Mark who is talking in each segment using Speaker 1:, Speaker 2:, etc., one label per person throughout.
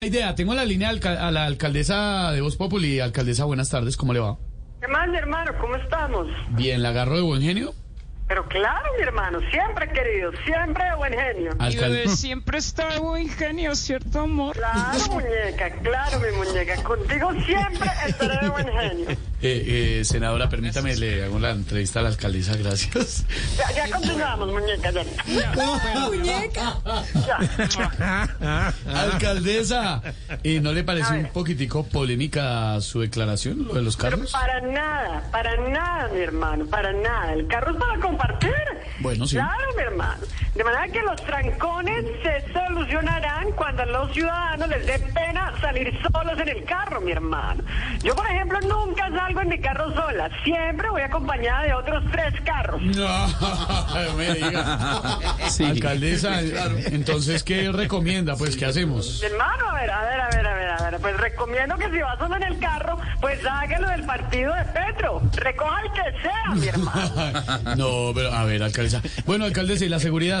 Speaker 1: La idea, tengo en la línea alca- a la alcaldesa de Voz Populi. Alcaldesa, buenas tardes, ¿cómo le va?
Speaker 2: ¿Qué más, mi hermano? ¿Cómo estamos?
Speaker 1: Bien, la agarro de buen genio.
Speaker 2: Pero claro, mi hermano, siempre querido, siempre de buen genio.
Speaker 1: Alcal-
Speaker 3: Eh, Siempre está muy genio, ¿cierto, amor?
Speaker 2: Claro, muñeca, claro, mi muñeca. Contigo siempre estaré de buen genio.
Speaker 1: Eh, eh, senadora, permítame, le hago la entrevista a la alcaldesa, gracias.
Speaker 2: Ya, ya continuamos, muñeca, ya.
Speaker 1: alcaldesa, eh, ¿no le parece
Speaker 2: A ver.
Speaker 1: un poquitico polémica su declaración, lo de los
Speaker 2: Pero
Speaker 1: carros?
Speaker 2: para nada, para nada, mi hermano, para nada. El carro es para compartir.
Speaker 1: Bueno, sí.
Speaker 2: Claro, mi hermano. De manera que los trancones se solucionarán cuando a los ciudadanos les dé pena salir solos en el carro, mi hermano. Yo, por ejemplo, nunca salgo en mi carro sola. Siempre voy acompañada de otros tres carros.
Speaker 1: No, no me diga. Alcaldesa, entonces, ¿qué recomienda? Pues, ¿qué hacemos?
Speaker 2: Mi hermano, a ver, a ver, a ver, a ver, a ver. Pues recomiendo que si vas solo en el carro, pues hágalo del partido de Petro. Recoja el que sea, mi hermano.
Speaker 1: No, pero, a ver, alcaldesa. Bueno, alcaldesa, ¿y la seguridad?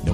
Speaker 4: No